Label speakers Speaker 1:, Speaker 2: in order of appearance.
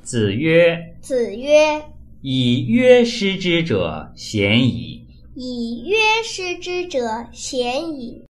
Speaker 1: 子曰
Speaker 2: 子曰：“
Speaker 1: 以约失之者，鲜矣；
Speaker 2: 以约失之者，鲜矣。”